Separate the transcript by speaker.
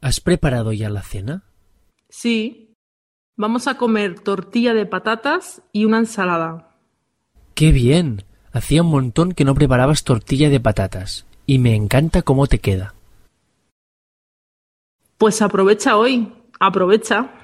Speaker 1: ¿Has preparado ya la cena?
Speaker 2: Sí. Vamos a comer tortilla de patatas y una ensalada.
Speaker 1: ¡Qué bien! Hacía un montón que no preparabas tortilla de patatas y me encanta cómo te queda.
Speaker 2: Pues aprovecha hoy, aprovecha.